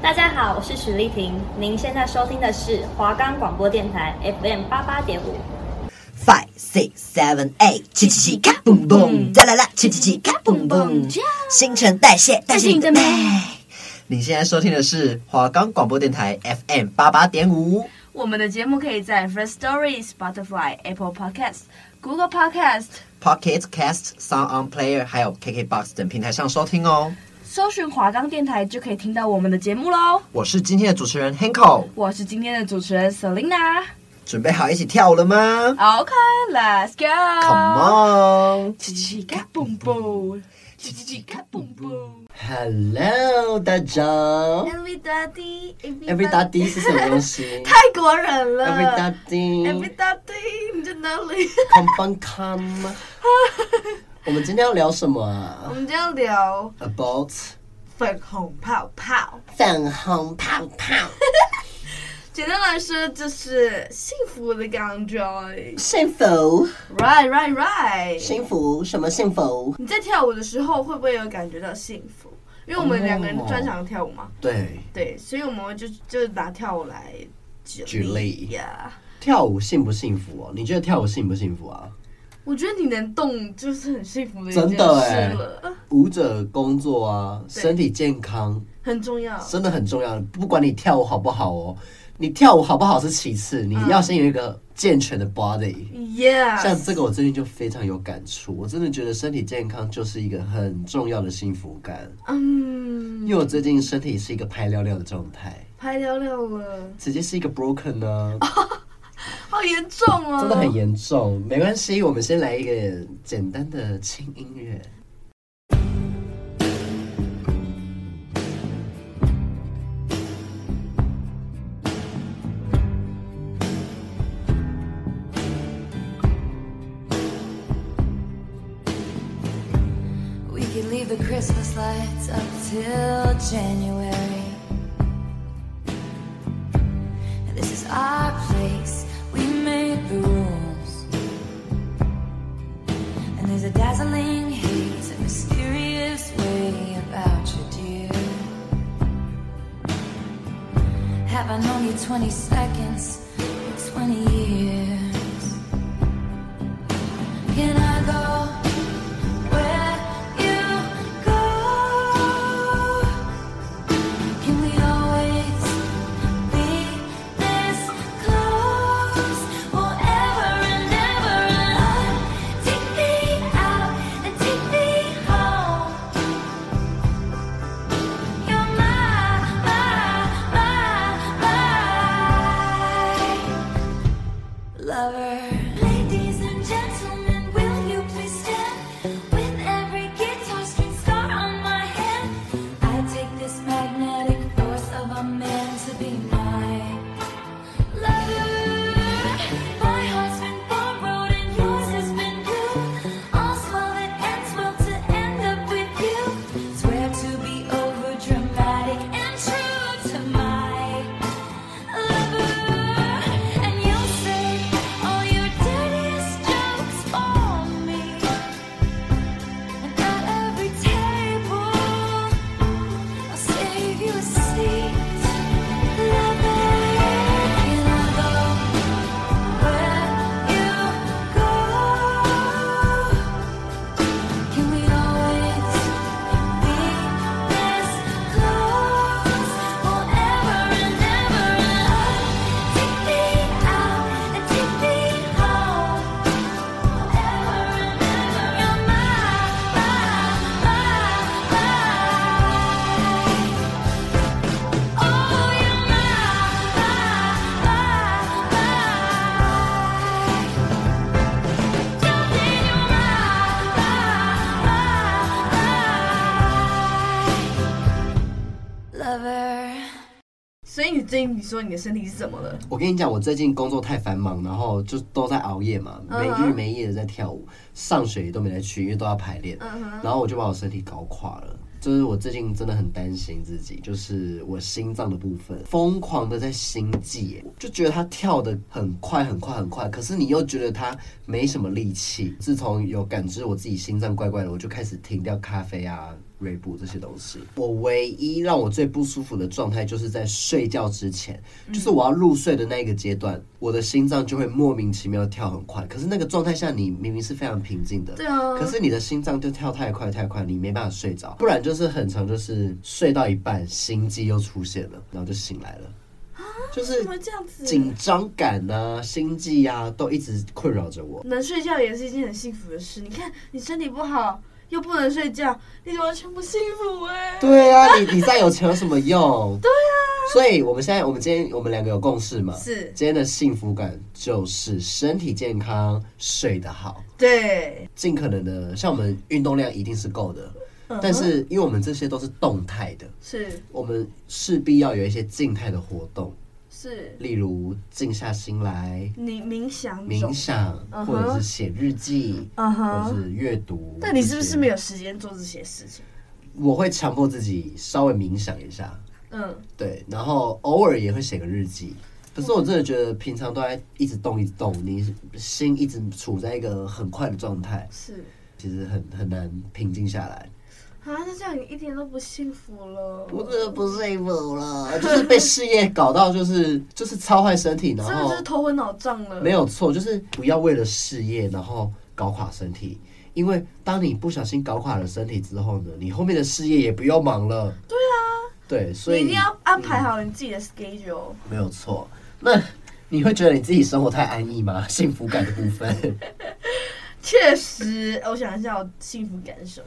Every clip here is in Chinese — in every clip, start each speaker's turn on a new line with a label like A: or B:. A: 大家好，我是许丽婷，您现在收听的是华冈广播电台 FM 八八点五。
B: Five, six, seven, eight，七七七，咔嘣嘣，再来啦，七七七，咔嗯嘣嘣，新陈代谢，代谢你的美。哎
C: 你现在收听的是华冈广播电台 FM 八八点五。
D: 我们的节目可以在 First Story、Spotify、Apple Podcast、Google Podcast
C: Pocket Cast、Sound On Player，还有 KKBox 等平台上收听哦。
D: 搜寻华冈电台就可以听到我们的节目喽。
C: 我是今天的主持人 Hanko，
D: 我是今天的主持人 Selina。
C: 准备好一起跳舞了吗
D: OK，Let's、go。
C: ？Come on！
D: 叽叽叽嘎嘣嘣，叽叽叽嘎嘣嘣。
C: Hello，大家
D: Everybody,
C: ，Everybody 是什么 东西
D: 泰国人了。
C: ？Everybody，Come
D: Everybody，你在哪 里？
C: on come！我们今天要聊什么啊
D: 我们今天要聊
C: ？About
D: 粉红泡泡。
C: 粉红泡泡，
D: 简单来说就是幸福的感觉。
C: 幸福，
D: Right, right, right。
C: 幸福，什么幸福？
D: 你在跳舞的时候会不会有感觉到幸福？因为我们两个人专长跳舞嘛，
C: 对，
D: 对，所以我们就就拿跳舞来举
C: 举例
D: 呀。
C: 跳舞幸不幸福哦？你觉得跳舞幸不幸福啊？
D: 我觉得你能动就是很幸福的一件
C: 真
D: 事
C: 的哎
D: 了，
C: 舞者工作啊，
D: 对
C: 身体健康
D: 很重要。
C: 真的很重要。不管你跳舞好不好哦，你跳舞好不好是其次，你要先有一个健全的 body。像
D: Yes，
C: 这个我最近就非常有感触，我真的觉得身体健康就是一个很重要的幸福感。
D: 嗯
C: 因，为我最近身体是一个拍尿尿的状态，
D: 拍聊聊了，
C: 直接是一个 broken 呢、
D: 好严重哦，
C: 真的很严重。没关系，我们先来一个简单的轻音乐。
E: We could leave the Christmas lights up till January. This is our place, we made the rules. And there's a dazzling haze, a mysterious way about you, dear. Have I known you 20 seconds, or 20 years? Can I go? Where you go, can we always be this close? Forever and ever and on. Take me out and take me home. You're my, my, my, my lover. Ladies and gentlemen, will you please stand with every guitar string scar on my hand? I take this magnetic force of a man to be my lover. My heart's been borrowed and yours has been blue. All's well that ends well to end up with you. Swear to be over dramatic and true to my. And you'll save all your dirtiest jokes for me. And at every table, I'll save you a seat, lover. Can I go where you go? Can we always? Be this close forever and ever and on. Take me out and take me home forever and ever. You're my, my, my, my. Oh, you're my, my, my, my. Something you Lover.
D: 所以你最近你说你的身体是怎么了？
C: 我跟你讲，我最近工作太繁忙，然后就都在熬夜嘛，没日没夜的在跳舞，上学也都没来去，因为都要排练。然后我就把我身体搞垮了，就是我最近真的很担心自己，就是我心脏的部分疯狂的在心悸耶，就觉得他跳的很快很快很快，可是你又觉得他没什么力气。自从有感知我自己心脏怪怪的，我就开始停掉咖啡啊。锐步这些东西。我唯一让我最不舒服的状态，就是在睡觉之前，就是我要入睡的那一个阶段，我的心脏就会莫名其妙跳很快。可是那个状态下，你明明是非常平静的，
D: 对啊
C: 可是你的心脏就跳太快太快，你没办法睡着。不然就是很长，就是睡到一半，心悸又出现了，然后就醒来了。就是
D: 怎么啊这样子
C: 紧张感啊、心悸啊，都一直困扰着我。
D: 能睡觉也是一件很幸福的事。你看，你身体不好又不能睡觉，你完全不幸福哎、
C: 对啊，你你再有钱有什么用？对啊。所以我们现在，我们今天我们两个有共识嘛？
D: 是
C: 今天的幸福感就是身体健康、睡得好，
D: 对，
C: 尽可能的，像我们运动量一定是够的，
D: 嗯
C: 但是因为我们这些都是动态的，
D: 是
C: 我们势必要有一些静态的活动，
D: 是，
C: 例如静下心来
D: 你冥想
C: 冥
D: 种，
C: 想，
D: 嗯哼
C: 或者是写日记，
D: 嗯
C: 或者
D: 哼。
C: 是阅读。
D: 那你是不是没
C: 有？
D: 有时间做这些事情？
C: 我会强迫自己稍微冥想一下，
D: 嗯，
C: 对，然后偶尔也会写个日记。可是我真的觉得平常都在一直动一直动，你心一直处在一个很快的状态，
D: 是
C: 其实很很难平静下来。
D: 啊，那这样你一点都不幸福了。
C: 我呃真的不幸福了，就是被事业搞到，就是就是操坏身体，然
D: 真的
C: 后
D: 就是头昏脑胀了。
C: 没有错，就是不要为了事业然后搞垮身体，因为当你不小心搞垮了身体之后呢，你后面的事业也不用忙了。对啊，对，所以
D: 你一定要安排好你自己的 schedule。
C: 没有错。那你会觉得你自己生活太安逸吗？幸福感的部分，
D: 确实，我想一下，我幸福感是什么？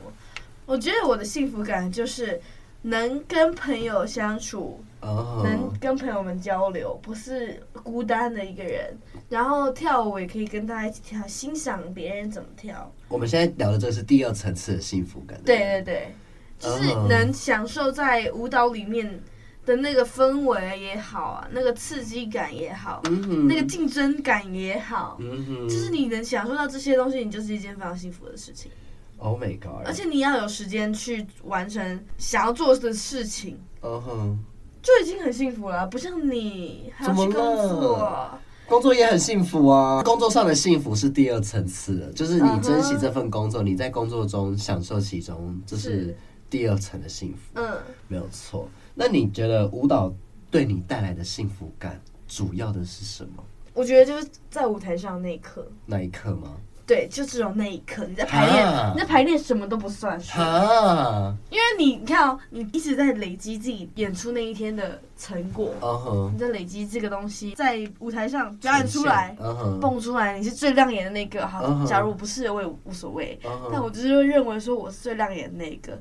D: 我觉得我的幸福感就是能跟朋友相处，
C: 哦，
D: 能跟朋友们交流，不是孤单的一个人。然后跳舞也可以跟大家一起跳，欣赏别人怎么跳。
C: 我们现在聊的这是第二层次的幸福感。
D: 对
C: 不
D: 对对，嗯就是能享受在舞蹈里面的那个氛围也好啊，那个刺激感也好，
C: 嗯哼
D: 那个竞争感也好，
C: 嗯哼，
D: 就是你能享受到这些东西，你就是一件非常幸福的事情。
C: Oh my God，
D: 而且你要有时间去完成想要做的事情，
C: 嗯哼，
D: 就已经很幸福了。不像你还要去
C: 怎
D: 工
C: 么了
D: 作，
C: 工作也很幸福啊。工作上的幸福是第二层次的，就是你
D: 嗯哼
C: 珍惜这份工作，你在工作中享受其中，这是
D: 是
C: 第二层的幸福，
D: 嗯，
C: 没有错。那你觉得舞蹈对你带来的幸福感主要的是什么？
D: 我觉得就是在舞台上那一刻，
C: 那一刻吗？
D: 对，就只有那一刻。你在排练，
C: 啊
D: 你在排练什么都不算数，
C: 哈，
D: 因为你你看哦，你一直在累积自己演出那一天的成果，
C: 嗯哼
D: 你，在累积这个东西，在舞台上表演出来。
C: 嗯哼，
D: 蹦出来，你是最亮眼的那个。
C: 嗯
D: 好，
C: 哼
D: 假如我不是，我也无所谓。
C: 嗯哼
D: 但我就是会认为说我是最亮眼的那一个，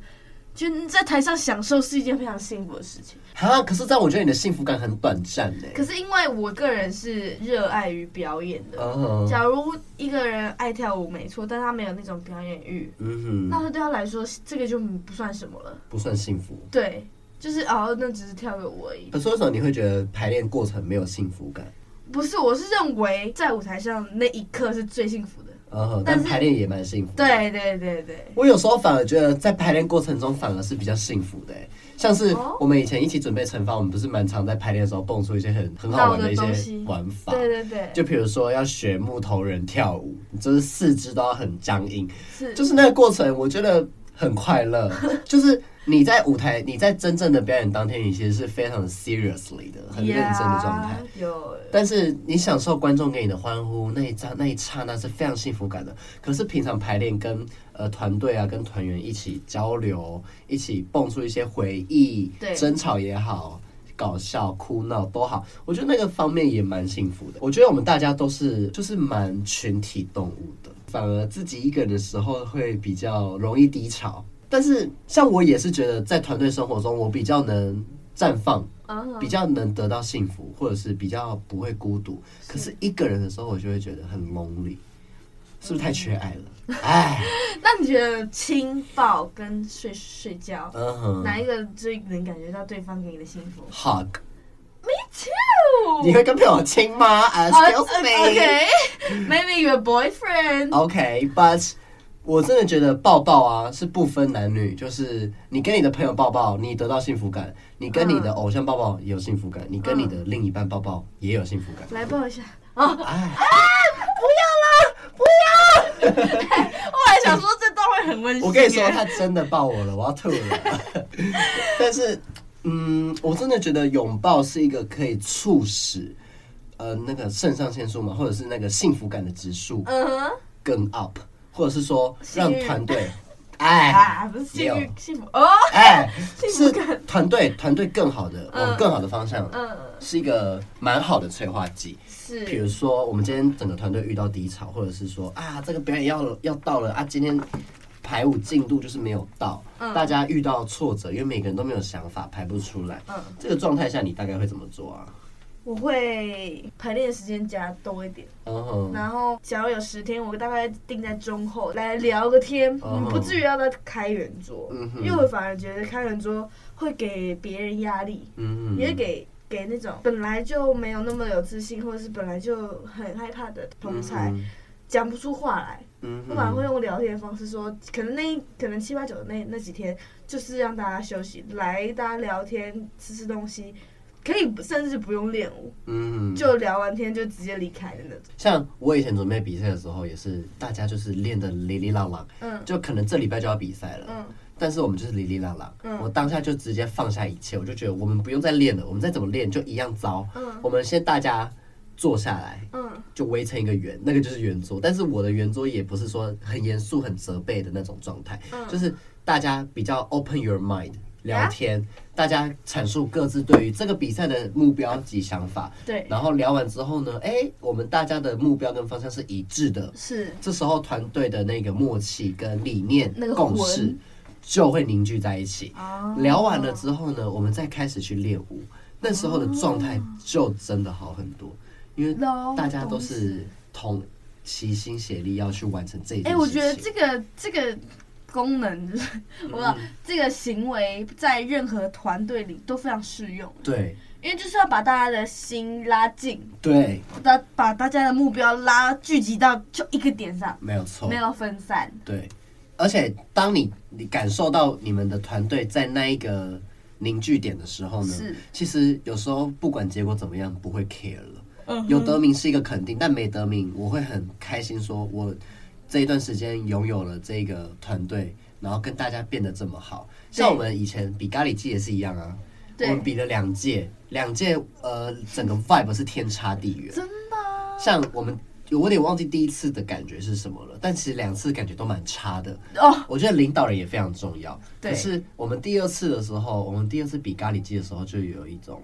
D: 就你在台上享受是一件非常幸福的事情。
C: 哈，可是这样我觉得你的幸福感很短暂呢。
D: 可是因为我个人是热爱于表演的，
C: 嗯哼，
D: 假如一个人爱跳舞没错，但他没有那种表演欲，
C: 嗯
D: 那
C: 哼，
D: 他对他来说这个就不算什么了。
C: 不算幸福。
D: 对，就是哦，那只是跳个舞而已。
C: 可是为什么你会觉得排练过程没有幸福感？
D: 不是，我是认为在舞台上那一刻是最幸福的。
C: 嗯哼，
D: 但
C: 但
D: 是
C: 排练也蛮幸福。。
D: 对对对对，
C: 我有时候反而觉得在排练过程中反而是比较幸福的欸、像是
D: 哦
C: 我们以前一起准备惩罚，我们不是蛮常在排练的时候蹦出一些很很好玩的一
D: 闹的东
C: 些
D: 西
C: 玩法，
D: 对对对，
C: 就比如说要学木头人跳舞，就是四肢都要很僵硬，
D: 是
C: 就是那个过程，我觉得很快乐。就是你在舞台，你在真正的表演当天，你其实是非常 seriously 的，很认真的状态。
D: Yeah，有
C: 但是你享受观众给你的欢呼那一刹那一刹那是非常幸福感的。可是平常排练跟呃团队啊跟团员一起交流，一起蹦出一些回忆
D: 对，
C: 争吵也好，搞笑哭闹都好，我觉得那个方面也蛮幸福的。我觉得我们大家都是就是蛮群体动物的，反而自己一个人的时候会比较容易低潮。但是像我也是觉得在团队生活中，我比较能绽放。
D: 嗯哼
C: 比较能得到幸福，或者是比较不会孤独。可是一个人的时候，我就会觉得很 lonely，是不是太缺爱了？哎，
D: 那你觉得亲抱跟睡睡觉，
C: 嗯哼
D: 哪一个最能感觉到对方给你的幸福
C: ，hug，
D: ？Two，
C: 你会跟朋友亲吗 呃？Excuse
D: 哦
C: 呃 me。
D: OK，maybe your
C: 哦
D: boyfriend。
C: OK，but、我真的觉得抱抱啊是不分男女，就是你跟你的朋友抱抱，你得到幸福感；你跟你的偶像抱抱也有幸福感，你跟你的另一半抱抱也有幸福感。
D: 来抱一下啊！
C: 哎，
D: 不要啦，不要！我还想说这段会的很温馨 耶。
C: 我跟你说，他真的抱我了，我要吐 了。但是，嗯，我真的觉得拥抱是一个可以促使呃那个肾上腺素嘛，或者是那个幸福感的指数
D: 嗯哼
C: 更 up，或者是说
D: 幸
C: 让
D: 运
C: 团 队，哎
D: 啊，不是
C: 没有
D: 幸运幸福哦，
C: 哎，
D: 幸
C: 是
D: 福感
C: 团队团队更好的往
D: 嗯
C: 更好的方向，
D: 嗯
C: 是一个蛮好的催化剂。比
D: 是
C: 如说，我们今天整个团队遇到低潮，或者是说啊，这个表演要要到了啊，今天排舞进度就是没有到，
D: 嗯
C: 大家遇到挫折，因为每个人都没有想法，排不出来。
D: 嗯
C: 这个状态下，你大概会怎么做啊？
D: 我会排练时间加多一点。
C: 嗯哼，
D: 然后假如有十天，我大概定在中后来聊个天，
C: 哦
D: 嗯不至于要到开圆桌，
C: 嗯哼
D: 因为我反而觉得开圆桌会给别人压力，
C: 嗯
D: 也会给给那种本来就没有那么有自信，或者是本来就很害怕的同才、
C: 嗯
D: 讲不出话来，
C: 嗯
D: 我反而会用聊天的方式说，可能那一可能七八九的那那几天就是让大家休息，来大家聊天吃吃东西，可以甚至不用练舞，
C: 嗯，就
D: 就聊完天就直接离开的那种，
C: 像我以前准备比赛的时候，也是大家就是练的哩哩浪浪，
D: 嗯
C: 就可能这礼拜就要比赛了，
D: 嗯。
C: 但是我们就是哩哩啦啦，
D: 嗯
C: 我当下就直接放下一切，我就觉得我们不用再练了，我们再怎么练就一样糟。
D: 嗯
C: 我们先大家坐下来，
D: 嗯
C: 就围成一个圆，那个就是圆桌。但是我的圆桌也不是说很严肃、很责备的那种状态，
D: 嗯
C: 就是大家比较 open your
D: 啊
C: mind 聊天，大家阐述各自对于这个比赛的目标及想法。
D: 对
C: 然后聊完之后呢，哎、我们大家的目标跟方向是一致的，
D: 是
C: 这时候团队的那个默契跟理念、
D: 那个
C: 共
D: 魂
C: 识就会凝聚在一起。
D: 啊
C: 聊完了之后呢，我们再开始去练舞，那时候的状态就真的好很多，因为
D: 懂
C: 大家都
D: 懂
C: 是同齐心协力要去完成这一件事
D: 哎、
C: 情。
D: 我觉得这个这个功能，就是我不
C: 嗯
D: 知道这个行为在任何团队里都非常适用，
C: 对
D: 因为就是要把大家的心拉近，
C: 对，
D: 把把大家的目标拉聚集到就一个点上，
C: 没有错，
D: 没有分散。
C: 对，而且当你你感受到你们的团队在那一个凝聚点的时候呢
D: 是，
C: 其实有时候不管结果怎么样，不会 care 了。
D: 嗯
C: 有得名是一个肯定，但没得名，我会很开心，说我这一段时间拥有了这个团队，然后跟大家变得这么好。像我们以前比咖喱鸡也是一样啊，我
D: 对
C: 们比了两届，两届呃，整个 vibe 是天差地远。
D: 真的啊、
C: 像我们，我有点忘记第一次的感觉是什么了，但其实两次感觉都蛮差的。
D: 哦，
C: 我觉得领导人也非常重要。
D: 对
C: 可是我们第二次的时候，我们第二次比咖喱鸡的时候，就有一种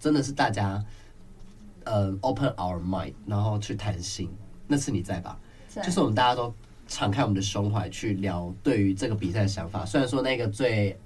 C: 真的是大家呃 open our mind，然后去谈心。那次你在吧？
D: 在
C: 就是我们大家都敞开我们的胸怀去聊对于这个比赛的想法。虽然说那个最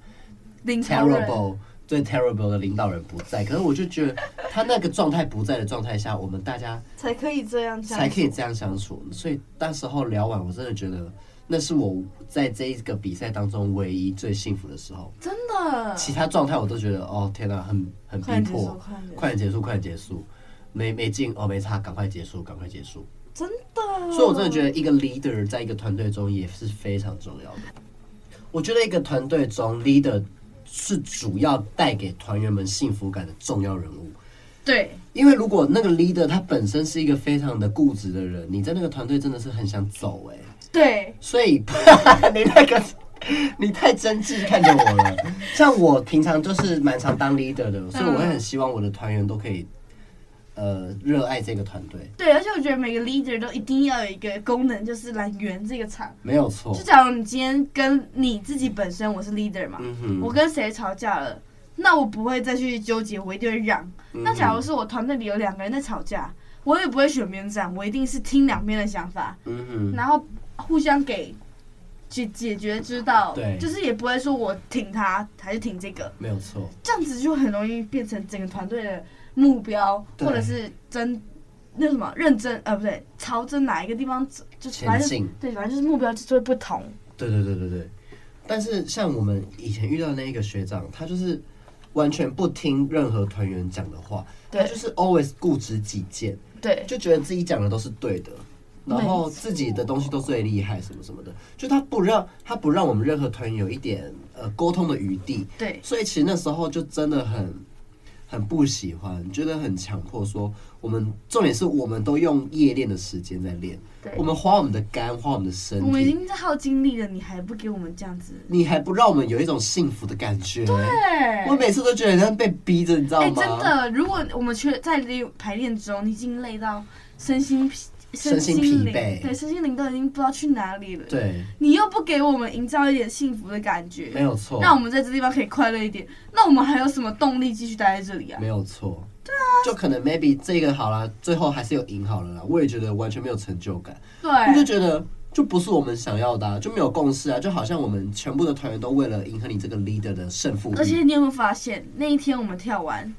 D: 领头人
C: terrible 最 terrible 的领导人不在，可是我就觉得他那个状态不在的状态下，我们大家
D: 才可以这样相
C: 才可以
D: 处
C: 这样相处。所以那时候聊完，我真的觉得那是我在这一个比赛当中唯一最幸福的时候。
D: 真的
C: 其他状态我都觉得哦天哪、很很逼
D: 快点结束
C: 迫，快点结束，快点结束，没没劲哦，没差，赶快结束，赶快结束。
D: 真的，
C: 所以我真的觉得一个 leader 在一个团队中也是非常重要的。我觉得一个团队中 leader 是主要带给团员们幸福感的重要人物。
D: 对
C: 因为如果那个 leader 他本身是一个非常的固执的人，你在那个团队真的是很想走哎、
D: 对
C: 所以 你那个你太真挚看着我了。 像我平常就是蛮常当 leader 的，所以我会很希望我的团员都可以呃热爱这个团队，
D: 对，而且我觉得每个 leader 都一定要有一个功能，就是来圆这个场。
C: 没有错
D: 就。假如你今天跟你自己本身，我是 leader 嘛，
C: 嗯哼
D: 我跟谁吵架了，那我不会再去纠结，我一定会让。
C: 嗯
D: 那假如是我团队里有两个人在吵架，我也不会选边站，我一定是听两边的想法，
C: 嗯哼，
D: 然后互相给解解决之道
C: 对，
D: 就是也不会说我挺他还是挺这个，
C: 没有错。
D: 这样子就很容易变成整个团队的目标，
C: 对
D: 或者是真那什么认真呃不对，朝着哪一个地方走，就
C: 前
D: 反正
C: 进
D: 对，反正就是目标就是会不同。
C: 对对对对对。但是像我们以前遇到那一个学长，他就是完全不听任何团员讲的话，他
D: 对
C: 就是 always 固执己见，
D: 对，
C: 就觉得自己讲的都是对的，然后自己的东西都最厉害，什么什么的，就他不让他不让我们任何团员有一点呃沟通的余地，
D: 对
C: 所以其实那时候就真的很很不喜欢，觉得很强迫说我们重点是我们都用夜练的时间在练
D: 对，
C: 我们花我们的肝，花我们的身
D: 我们已
C: 体，
D: 经在耗精力了，你还不给我们这样子？
C: 你还不让我们有一种幸福的感觉？
D: 对
C: 我每次都觉得像被逼着，你知道
D: 哎、
C: 吗？
D: 真的，如果我们去在练排练中，你已经累到身心疲、
C: 身心疲
D: 灵
C: 惫
D: 对，身心灵都已经不知道去哪里了。，
C: 对，
D: 你又不给我们营造一点幸福的感觉，
C: 没有错，
D: 让我们在这地方可以快乐一点，那我们还有什么动力继续待在这里啊
C: 没？有错。对啊，就可能 maybe 这个好啦，最后还是有赢好了啦。我也觉得完全没有成就感，我就
D: 对，
C: 觉得就不是我们想要的、啊，就没有共识啊。就好像我们全部的团员都为了迎合你这个 leader 的胜负欲，
D: 而且你有没有发现，那一天我们跳完，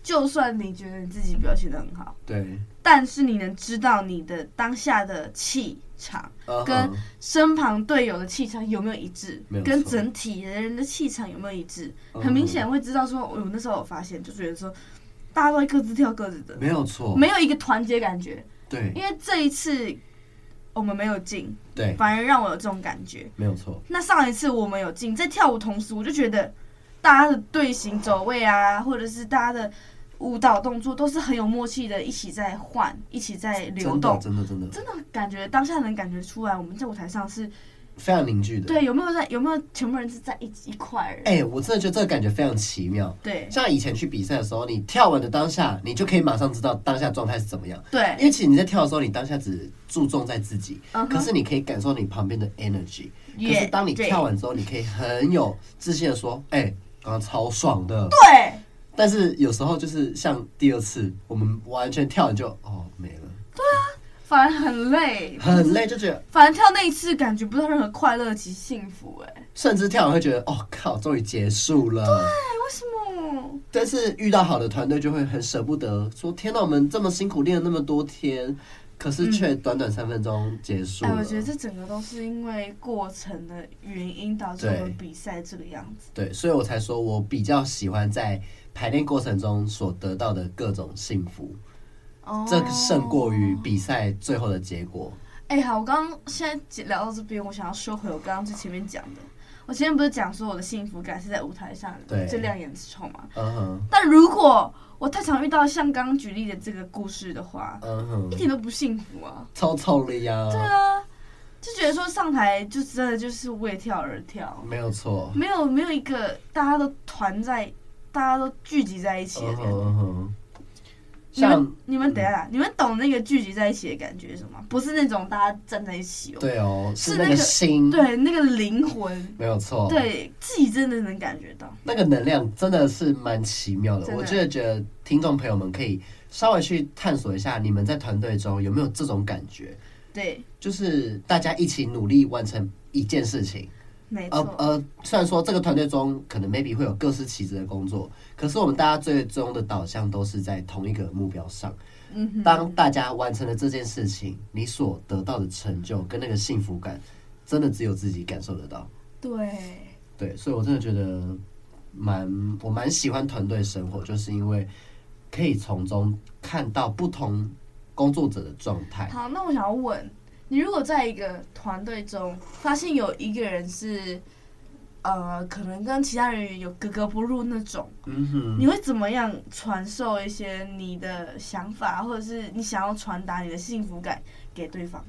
D: 就算你觉得你自己表现的很好，
C: 对，
D: 但是你能知道你的当下的气场
C: 嗯哼
D: 跟身旁队友的气场有没有一致
C: 没有，错
D: 跟整体的人的气场有没有一致，
C: 嗯
D: 很明显会知道说，我那时候有发现，就觉得说，大家都在各自跳各自的，
C: 没有错，
D: 没有一个团结感觉，
C: 对
D: 因为这一次我们没有进，
C: 对，
D: 反而让我有这种感觉。
C: 没有错，
D: 那上一次我们有进，在跳舞同时，我就觉得大家的队形走位啊，或者是大家的舞蹈动作都是很有默契的，一起在换，一起在流
C: 真的
D: 动。
C: 真的真的
D: 真的感觉当下能感觉出来，我们在舞台上是
C: 非常凝聚的。，
D: 对有没有在有没有全部人是在一一块儿？
C: 哎、我真的觉得这个感觉非常奇妙。
D: 对
C: 像以前去比赛的时候，你跳完的当下，你就可以马上知道当下状态是怎么样。因
D: 对，
C: 为其实你在跳的时候，你当下只注重在自己，
D: 嗯哼
C: 可是你可以感受你旁边的 energy。可
D: Yeah，
C: 是当你
D: 对
C: 跳完之后，你可以很有自信的说：“哎、刚刚超爽的。”
D: 对
C: 但是有时候就是像第二次，我们完全跳完就哦没 了，
D: 反而很累，
C: 很累，就觉得哦
D: 反而跳那一次感觉不到任何快乐及幸福、哎，
C: 甚至跳完会觉得哦靠，终于结束了。
D: 哎，为什么？
C: 但是遇到好的团队就会很舍不得，说天哪，我们这么辛苦练了那么多天，可是却短短三分钟结束
D: 嗯哎，
C: 了。
D: 我觉得这整个都是因为过程的原因导致我
C: 对
D: 们比赛这个样子。
C: 对，所以我才说我比较喜欢在排练过程中所得到的各种幸福，
D: 哦
C: 这胜过于比赛最后的结果。
D: 哎、好，我刚刚现在聊到这边，我想要收回我刚刚最前面讲的。我前面不是讲说我的幸福感是在舞台上
C: 对
D: 最亮眼之处嘛？
C: 嗯哼，
D: 但如果我太常遇到像刚刚举例的这个故事的话，
C: 嗯
D: 一
C: 哼，
D: 点都不幸福啊！
C: 超臭的呀，
D: 对啊，就觉得说上台就真的就是为跳而跳，
C: 没有错。嗯
D: 没有没有一个大家都团在，大家都聚集在一起的
C: 嗯
D: 感
C: 哼
D: 觉。
C: 嗯哼，
D: 你
C: 像
D: 们你们等一下啦，你们懂那个聚集在一起的感觉是什么？不是那种大家站在一起哦，
C: 对哦，是
D: 是
C: 那
D: 那
C: 个
D: 个
C: 心，
D: 对，那个灵魂，
C: 没有错，。
D: 对自己真的能感觉到。
C: 那个能量真的是蛮奇妙的，
D: 真的
C: 我真的觉得听众朋友们可以稍微去探索一下，你们在团队中有没有这种感觉？
D: 对，
C: 就是大家一起努力完成一件事情。
D: 没
C: 呃
D: 错，
C: 呃，虽然说这个团队中可能 maybe 会有各司其职的工作，可是我们大家最终的导向都是在同一个目标上。
D: 嗯哼，
C: 当大家完成了这件事情，你所得到的成就跟那个幸福感，真的只有自己感受得到。
D: 对，
C: 对，所以我真的觉得蛮我蛮喜欢团队生活，就是因为可以从中看到不同工作者的状态。
D: 好，那我想要问你，如果在一个团队中发现有一个人是，呃，可能跟其他人员有格格不入那种，
C: 嗯哼，
D: 你会怎么样传授一些你的想法，或者是你想要传达你的幸福感给对方？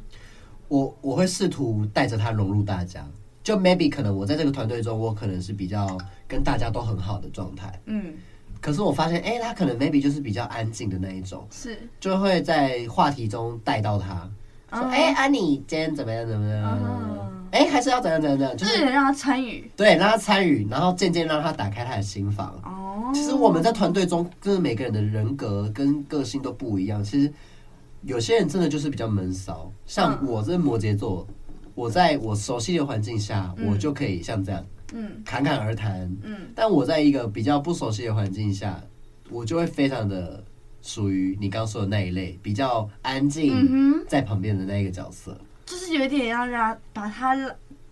C: 我我会试图带着他融入大家。就 maybe 可能我在这个团队中，我可能是比较跟大家都很好的状态，
D: 嗯，
C: 可是我发现，哎、他可能 maybe 就是比较安静的那一种，
D: 是，
C: 就会在话题中带到他，说，
D: 嗯
C: 哎、安妮今天怎么样怎么样
D: 嗯？
C: 哎、还是要怎样怎样怎样？就
D: 就是
C: 是
D: 得让他参与。
C: 对，让他参与，然后渐渐让他打开他的心房。
D: 哦，
C: 其实我们在团队中，真的每个人的人格跟个性都不一样。其实有些人真的就是比较闷骚，像
D: 嗯
C: 我这摩羯座，我在我熟悉的环境下，我就可以像这样
D: 嗯
C: 侃侃而谈。
D: 嗯，
C: 但我在一个比较不熟悉的环境下，我就会非常的属于你刚说的那一类，比较安
D: 嗯
C: 静，在旁边的那一个角色。
D: 就是有一点要让他把他拉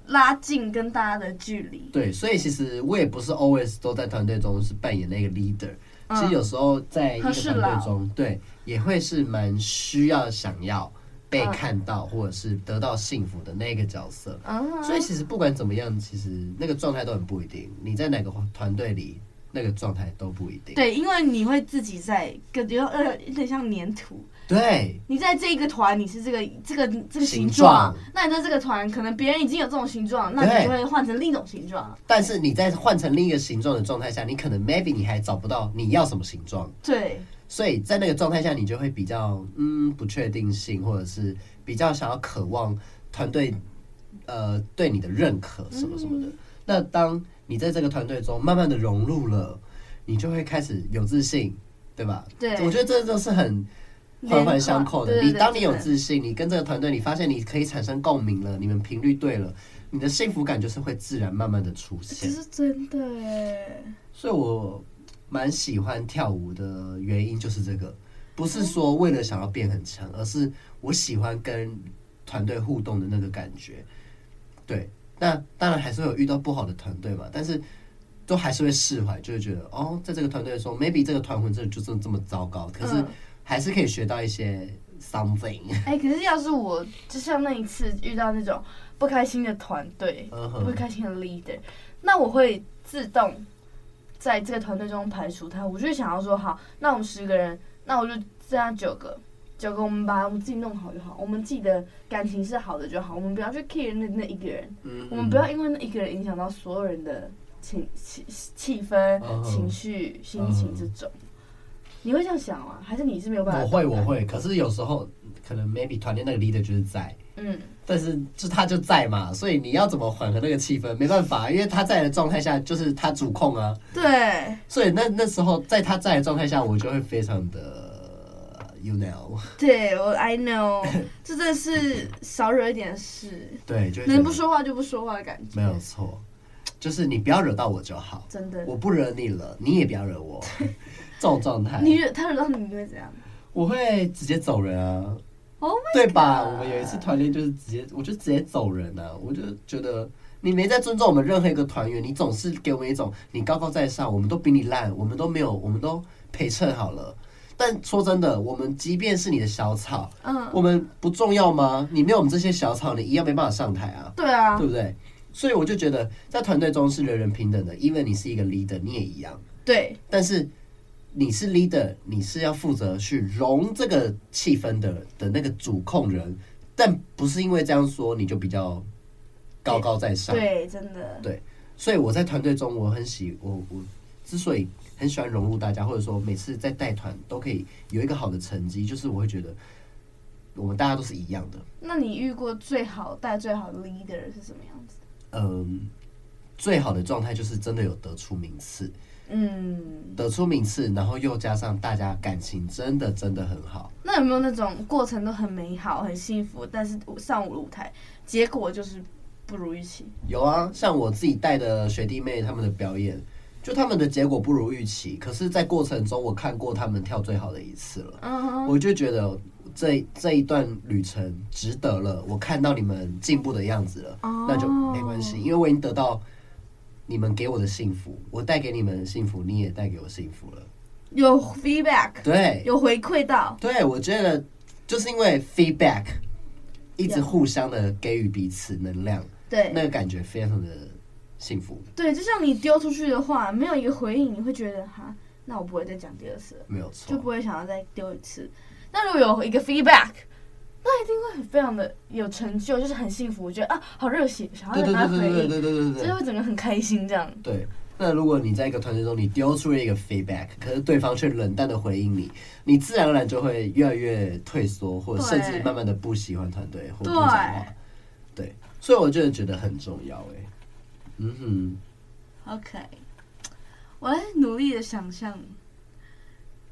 D: 拉近跟大家的距离。
C: 对，所以其实我也不是 always 都在团队中是扮演那个 leader，、
D: 嗯
C: 其实有时候在一个
D: 和事
C: 团
D: 佬
C: 队中，对，也会是蛮需要想要被看到、或者是得到幸福的那个角色。
D: 嗯，
C: 所以其实不管怎么样，其实那个状态都很不一定。你在哪个团队里，那个状态都不一定。
D: 对，因为你会自己在感觉呃有点像粘土，
C: 对
D: 你在这一个团你是这个这个这个形
C: 形
D: 状
C: 状，
D: 那你在这个团可能别人已经有这种形状，那你
C: 对
D: 就会换成另一种形状。
C: 但是你在换成另一个形状的状态下，你可能 maybe 你还找不到你要什么形状，
D: 对，
C: 所以在那个状态下，你就会比较嗯不确定性，或者是比较想要渴望团队呃对你的认可什么什
D: 嗯
C: 么的。那当你在这个团队中慢慢的融入了，你就会开始有自信，对吧？
D: 对
C: 我觉得这都是很环环相扣的。
D: 连环对对
C: 你
D: 对
C: 当你有
D: 真的
C: 自信，你跟这个团队，你发现你可以产生共鸣了，你们频率对了，你的幸福感就是会自然慢慢的出
D: 这
C: 现。
D: 是真的哎。
C: 所以我蛮喜欢跳舞的原因就是这个，不是说为了想要变很强，而是我喜欢跟团队互动的那个感觉。对，那当然还是会有遇到不好的团队嘛，但是都还是会释怀，就会觉得哦，在这个团队的时候，maybe 这个团魂真的就真的这么糟糕，可是
D: 嗯
C: 还是可以学到一些 something。
D: 哎、 可是要是我，就像那一次遇到那种不开心的团队、
C: 嗯
D: 不
C: 哼，
D: 开心的 leader，那我会自动在这个团队中排除他。我就会想要说，好，那我们十个人，那我就这样九个，九个我们把我们自己弄好就好，我们自己的感情是好的就好，我们不要去 care 那那一个人，
C: 嗯
D: 我们不要因为那一个人影响到所有人的情气气氛、
C: 嗯
D: 情绪、心情这种。你会这样想吗？还是你是没有办法？
C: 我会我，会，可是有时候可能 maybe 团队那个 leader 就是在。
D: 嗯。
C: 但是就他就在嘛，所以你要怎么缓和那个气氛？没办法，因为他在的状态下就是他主控啊，
D: 对，
C: 所以那那时候在他在的状态下，我就会非常的，you know，
D: 对我 I know，这 真的是少惹一点事，
C: 对，就会觉得
D: 能不说话就不说话的感觉。
C: 没有错，就是你不要惹到我就好，
D: 真的，
C: 我不惹你了，你也不要惹 我，这种状态，
D: 你惹他惹到你，你会怎样
C: 我会直接走人啊，
D: ？Oh my，
C: 对吧？我们有一次团练就是直接，我就直接走人啊，我就觉得你没在尊重我们任何一个团员，你总是给我们一种你高高在上，我们都比你烂，我们都没有，我们都陪衬好了。但说真的，我们即便是你的小草，
D: 嗯，
C: 我们不重要吗？你没有我们这些小草，你一样没办法上台啊，
D: 对啊
C: 对，不对？所以我就觉得，在团队中是人人平等的，even 你是一个 leader，你也一样。
D: 对，
C: 但是你是 leader，你是要负责去融这个气氛的的那个主控人，但不是因为这样说你就比较高高在上。
D: 对，真的，
C: 所以我在团队中，我很喜我我之所以很喜欢融入大家，或者说每次在带团都可以有一个好的成绩，就是我会觉得我们大家都是一样的。
D: 那你遇过最好带最好的 leader 是什么样子？
C: 嗯，最好的状态就是真的有得出名次，
D: 嗯，
C: 得出名次，然后又加上大家感情真的真的很好。
D: 那有没有那种过程都很美好、很幸福，但是上我的舞台结果就是不如预期？
C: 有啊，像我自己带的学弟妹他们的表演，就他们的结果不如预期，可是，在过程中我看过他们跳最好的一次了，
D: 嗯哼，
C: 我就觉得这这一段旅程值得了，我看到你们进步的样子了，
D: 哦
C: 那就没关系，因为我已经得到你们给我的幸福，我带给你们的幸福，你也带给我幸福了，
D: 有 feedback，
C: 对，
D: 有回馈到，
C: 对，我觉得就是因为 feedback 一直互相的给予彼此能量，
D: 对，
C: 那个感觉非常的幸福。
D: 对，就像你丢出去的话，没有一个回应，你会觉得哈，那我不会再讲第二次了，
C: 没有错，
D: 就不会想要再丢一次。那如果有一个 feedback，那一定会很非常的有成就，就是很幸福，我觉得啊，好热血，想要
C: 对对
D: 跟他
C: 对
D: 回
C: 对对
D: 应，
C: 对对对
D: 就是
C: 对
D: 会整个很开心这样。
C: 对。那如果你在一个团队中，你丢出了一个 feedback，可是对方却冷淡的回应你，你自然而然就会越来越退缩，或者
D: 对
C: 甚至慢慢的不喜欢团队或不
D: 对
C: 讲话。对，所以我就觉得很重要哎、嗯
D: OK，我在努力的想象，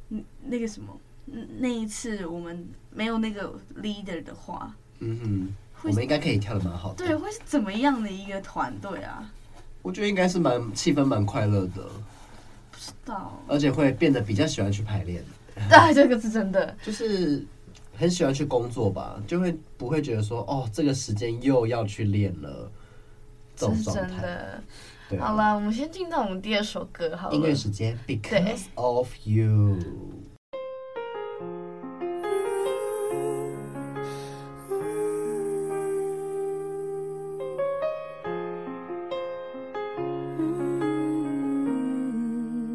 D: 嗯那个什么，嗯那一次我们没有那个 leader 的话，
C: 哼，嗯哼，
D: 会
C: 我们应该可以跳的蛮好的。
D: 对，，会是怎么样的一个团队啊？
C: 我觉得应该是蛮气氛蛮快乐的，
D: 不知道，
C: 而且会变得比较喜欢去排练，
D: 啊，这个是真的。
C: 就是很喜欢去工作吧，就会不会觉得说哦，这个时间又要去练了，这
D: 这
C: 种
D: 是
C: 状
D: 真
C: 态。
D: 的。
C: 对啊，
D: 好啦，我们先进到我们第二首歌好了。
C: 音乐时间
D: 对
C: ，Because of You。
F: 嗯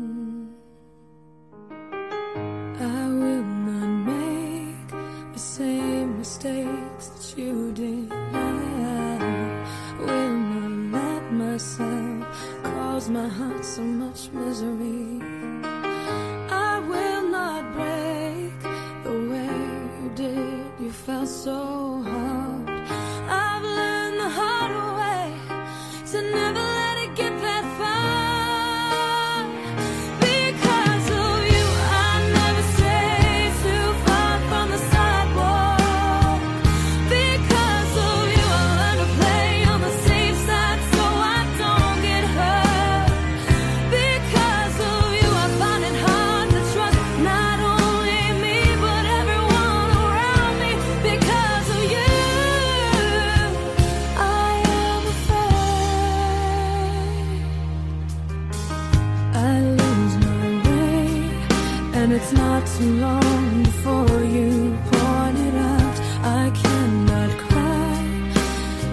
E: And it's not too long before you point it out. I cannot cry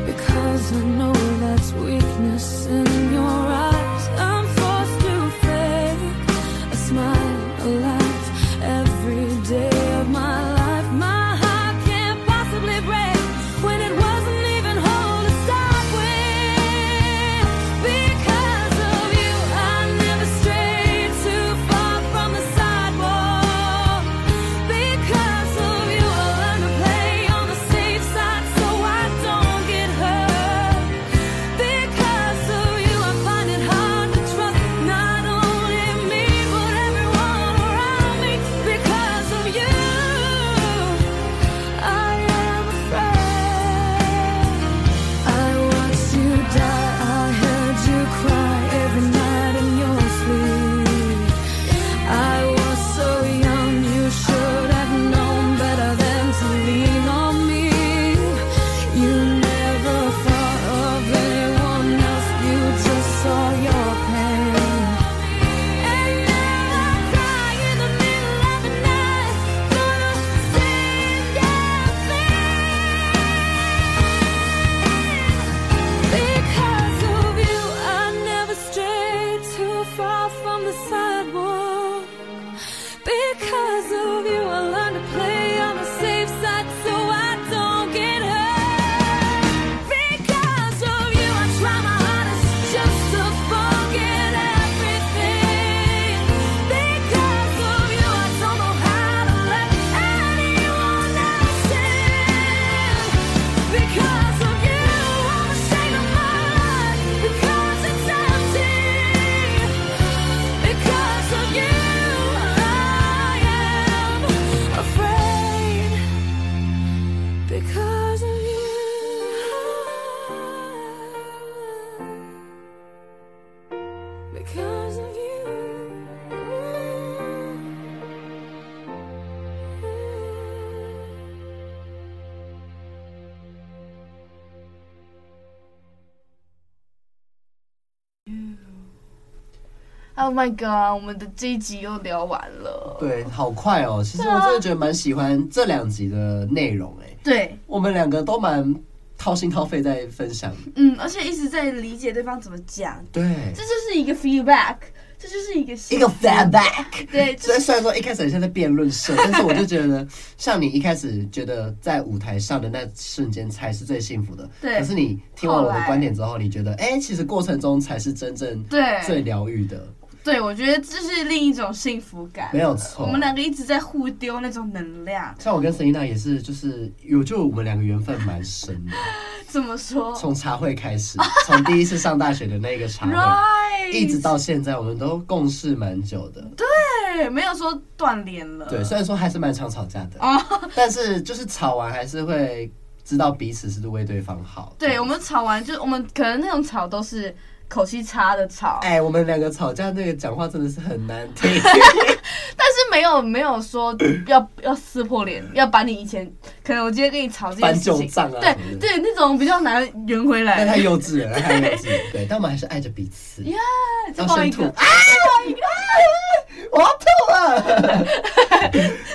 E: because I know that's weakness in your eyes. I'm forced to fake a smile, a laugh every day of my life. My heart can't possibly break when it wasn't even whole to start with. Because of you, I never strayed too far from the sidewalk. Because of you, I learned to play on the safe side so I don't get hurt. Because of you, I find it hard to trust not only me but everyone around me. Because of you, I am afraid. I watched you die. I heard you cry every night in your sleep. I was so young. You should have known better than to lean on me. You never thought of anyone else. You just saw your pain. And now I cry in the middle of the night for the same damn Because of you, I never strayed too far from the sidewalk. Because of you, I learned to play on the safe side so I don't get hurt. Because of you, I try my hardest just to forget everything. Because of you, I don't know how to let anyone else in. Because of you, I'm ashamed of my life because it's empty. Because of you, I am afraid. Because of you. Because of you. Mm.
D: Oh my god，我们的这一集又聊完了。
C: 对，好快哦！其实我真的觉得蛮喜欢这两集的内容哎、
D: 对，
C: 我们两个都蛮掏心掏肺在分享。
D: 嗯，而且一直在理解对方怎么讲，
C: 对
D: 这，就是一个 feedback，这就是一个
B: 一个 feedback，
C: 虽
D: 对，这
C: 然
D: 是
C: 虽然说一开始很像在辩论社，但是我就觉得，像你一开始觉得在舞台上的那瞬间才是最幸福的，
D: 对
C: 可是你听完我
D: 后
C: 的
D: 来
C: 观点之后，你觉得，哎、其实过程中才是真正
D: 对
C: 最疗愈的，
D: 对，我觉得这是另一种幸福感。
C: 没有错
D: 呃我们两个一直在互丢那种能量，
C: 像我跟沈一娜也是，就是有就我们两个缘分蛮深的，
D: 怎么说
C: 从茶会开始，从第一次上大学的那个茶会，
D: ？Right，
C: 一直到现在，我们都共事蛮久的。
D: 对，没有说断联了。
C: 对，虽然说还是蛮常吵架的，
D: 嗯哦，
C: 但是就是吵完还是会知道彼此是为对方好。
D: 对，我们吵完就我们可能那种吵都是口气差的吵，
C: 哎、我们两个吵架那个讲话真的是很 难听。
D: 但是没有没有说要要撕破脸，要把你以前可能我今天跟你吵这件事
C: 翻
D: 情，
C: 旧账啊
D: 对
C: 什么的
D: 对，那种比较难圆回
C: 但太
D: 来。
C: 幼稚了，太幼稚。对，但我们还是爱着彼此。
D: 呀，再
C: 要
D: 抱
C: 先
D: 一
C: 吐
D: 个
C: 啊！！我要吐了。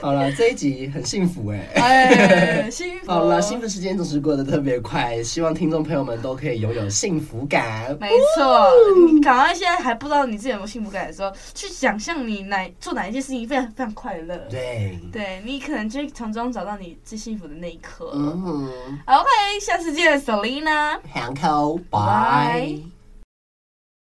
C: 好了， 这一集很幸福 哎、
D: 哎，幸福。
C: 好了，幸福时间总是过得特别快，希望听众朋友们都可以拥有幸福感。
D: 没
C: 哦
D: 错，你赶快现在还不知道你自己有没有幸福感的时候，去想象你哪做哪一件事情非常非常快乐。
C: 对，
D: 对你可能就会从中找到你最幸福的那一刻。
C: 嗯，
D: OK，下次见，Selina。
C: hàng khâu
D: Bye.
C: bye